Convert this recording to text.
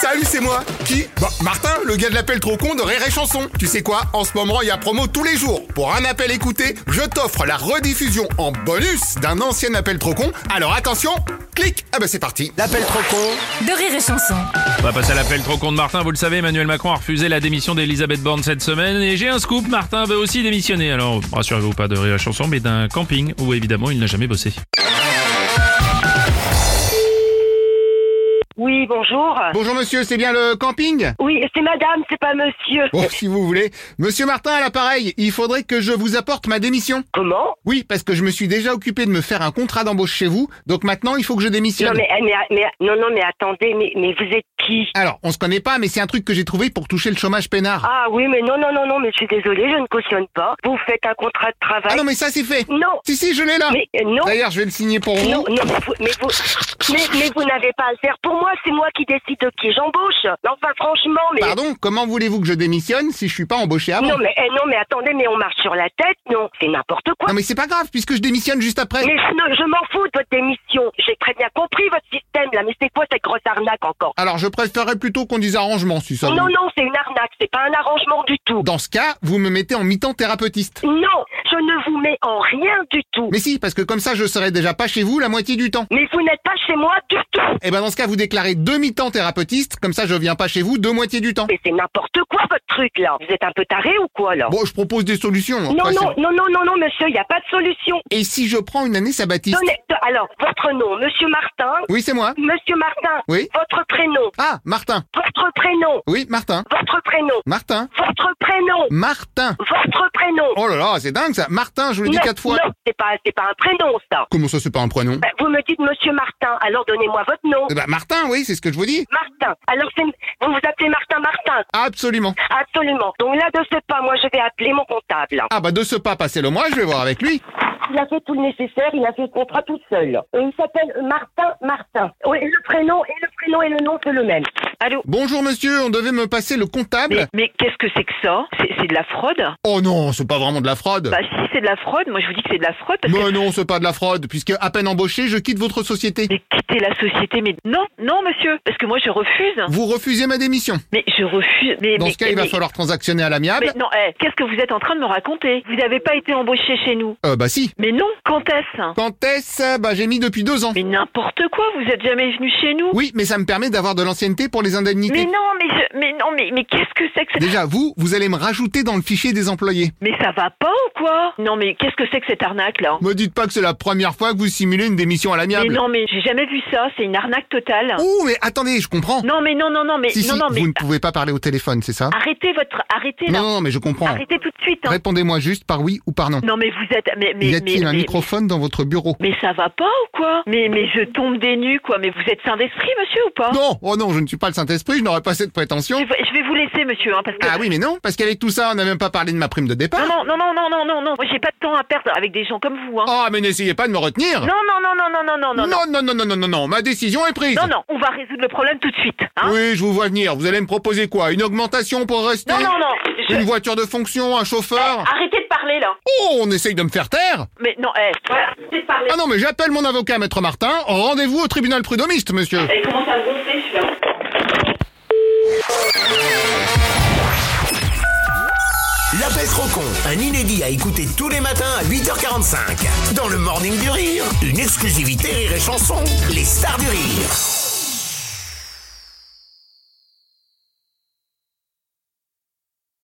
Salut, c'est moi. Qui Bah, Martin, le gars de l'appel trop con de Rire et Chanson. Tu sais quoi En ce moment, il y a promo tous les jours. Pour un appel écouté, je t'offre la rediffusion en bonus d'un ancien appel trop con. Alors attention, clique. Ah bah c'est parti. L'appel trop con de rire et chanson. On va passer à l'appel trop con de Martin. Vous le savez, Emmanuel Macron a refusé la démission d'Elisabeth Borne cette semaine. Et j'ai un scoop, Martin veut aussi démissionner. Alors, rassurez-vous pas de rire la chanson, mais d'un camping où évidemment il n'a jamais bossé. Oui, bonjour. Bonjour monsieur, c'est bien le camping Oui, c'est madame, c'est pas monsieur. Bon, si vous voulez. Monsieur Martin, à l'appareil, il faudrait que je vous apporte ma démission. Comment Oui, parce que je me suis déjà occupé de me faire un contrat d'embauche chez vous, donc maintenant, il faut que je démissionne. Non mais, mais- mais- non non mais attendez, mais, mais vous êtes qui Alors, on se connaît pas, mais c'est un truc que j'ai trouvé pour toucher le chômage peinard. Ah oui, mais non non non non, mais je suis désolée, je ne cautionne pas. Vous faites un contrat de travail. Ah non, mais ça, c'est fait. non, Si, si, je l'ai là. mais euh, non. D'ailleurs, je vais le signer pour vous. Non, non, mais vous, mais vous, mais, mais vous n'avez pas à le faire. Pour moi, c'est moi qui décide de qui j'embauche. Mais Enfin, franchement, mais Pardon, comment voulez-vous que je démissionne si je suis pas embauché avant non, mais eh, non, mais attendez, mais on marche sur la tête, non C'est n'importe Non, quoi. Ah, mais c'est pas grave puisque je démissionne juste après. Mais je, ne- je m'en fous de votre démission. J'ai très bien compris votre système là, mais c'est quoi cette grosse arnaque encore Alors je préférerais plutôt qu'on dise arrangement si ça vous- Non, non, c'est une arnaque, c'est pas un arrangement du tout. Dans ce cas, vous me mettez en mi-temps thérapeutiste. Non, je ne vous mets en rien du tout. Mais si, parce que comme ça je serai déjà pas chez vous la moitié du temps. Mais vous n'êtes pas chez moi du tout. Eh ben dans ce cas, vous déclarez deux mi-temps thérapeutiste, comme ça je viens pas chez vous deux moitiés du temps. Mais c'est n'importe quoi votre truc là. Vous êtes un peu taré ou quoi là Bon, je propose des solutions. Non, après, non, c'est- non, non, non, non, monsieur, il n'y a pas de solution. Et si je prends une année sabbatiste Donnez- Alors, votre nom, monsieur Martin. Oui, c'est moi. Monsieur Martin. Oui. Votre prénom. Ah, Martin. Votre prénom. Oui, Martin. Votre prénom. Martin. Votre prénom. Martin. Votre prénom. Oh là là, c'est dingue ça. Martin, je vous l'ai dit non, quatre fois. non, c'est pas, c'est pas un prénom ça. Comment ça, c'est pas un prénom Bah, vous me dites monsieur Martin, alors donnez-moi votre nom. Eh ben, Martin, oui, c'est ce que je vous dis. Martin. Alors c'est, vous vous appelez Martin Martin. Absolument. Absolument. Donc là, de ce pas, moi, je vais appeler mon comptable. Ah bah de ce pas, passez-le moi, je vais voir avec lui. Il a fait tout le nécessaire, il a fait le contrat tout seul. Et il s'appelle Martin Martin. Oui, le prénom et le prénom et le nom, c'est le même. Allô Bonjour monsieur, on devait me passer le comptable. mais, mais qu'est-ce que c'est que ça c'est, c'est de la fraude Oh non, c'est pas vraiment de la fraude. Bah si c'est de la fraude, moi je vous dis que c'est de la fraude parce mais que... non, c'est pas de la fraude, puisque à peine embauché, je quitte votre société. Mais quittez la société, mais non, non monsieur, parce que moi je refuse. Vous refusez ma démission. Mais je refuse. Mais, Dans mais- ce cas, il va mais- falloir transactionner à l'amiable. Mais non, eh, qu'est-ce que vous êtes en train de me raconter Vous n'avez pas été embauché chez nous. Euh bah si. Mais non, quand est-ce Quand est-ce Bah j'ai mis depuis deux ans. Mais n'importe quoi, vous êtes jamais venu chez nous. Oui, mais ça me permet d'avoir de l'ancienneté pour les Mais indemnités. non, mais je, mais non, mais, mais qu'est-ce que c'est que ça Déjà, vous, vous allez me rajouter dans le fichier des employés. Mais ça va pas ou quoi Non, mais qu'est-ce que c'est que cette arnaque là Me dites pas que c'est la première fois que vous simulez une démission à Mais l'amiable. non, mais j'ai jamais vu ça, c'est une arnaque totale. Oh, mais attendez, je comprends. Non, mais non, non, non, mais si, non, si, non, mais vous ne pouvez pas parler au téléphone, c'est ça arrêtez votre, arrêtez là, Non, non, mais je comprends. arrêtez tout de suite. hein. Répondez-moi juste par oui ou par non. Non, mais vous êtes, mais, mais, y mais, a-t-il un mais- microphone dans votre bureau mais ça va pas ou quoi Mais, mais je tombe des nues quoi. Mais vous êtes saint d'esprit, monsieur ou pas Non, oh non, je ne suis pas le Saint-Esprit, je n'aurais pas cette je prétention. vais, je vais vous laisser, monsieur, hein, parce que. Ah oui, mais non, parce qu'avec tout ça, on n'a même pas parlé de ma prime de départ. Non, non, non, non, non, non, non, non. Moi, j'ai pas de temps à perdre avec des gens comme vous, hein. Ah, mais n'essayez pas de me retenir. Non, non, non, non, non, non, non, non, non, non, non, non, non, non, non, ma décision est prise. non, non. On va résoudre le problème tout de suite, hein. Oui, je vous vois venir. Vous allez me proposer quoi Une augmentation pour rester Non, non, non. je- Eh, Une voiture de fonction, un chauffeur Arrêtez de parler là. Oh, on essaye de me faire taire Mais non, eh, voilà, arrêtez de parler. Ah non, mais j'appelle mon avocat, maître Martin. Rendez-vous au tribunal prud'homiste, monsieur. Eh, comment ça me gonfler, celui-là L'appel trop con, un inédit à écouter tous les matins à 8h45. Dans le morning du rire, une exclusivité Rire et Chanson, les stars du rire.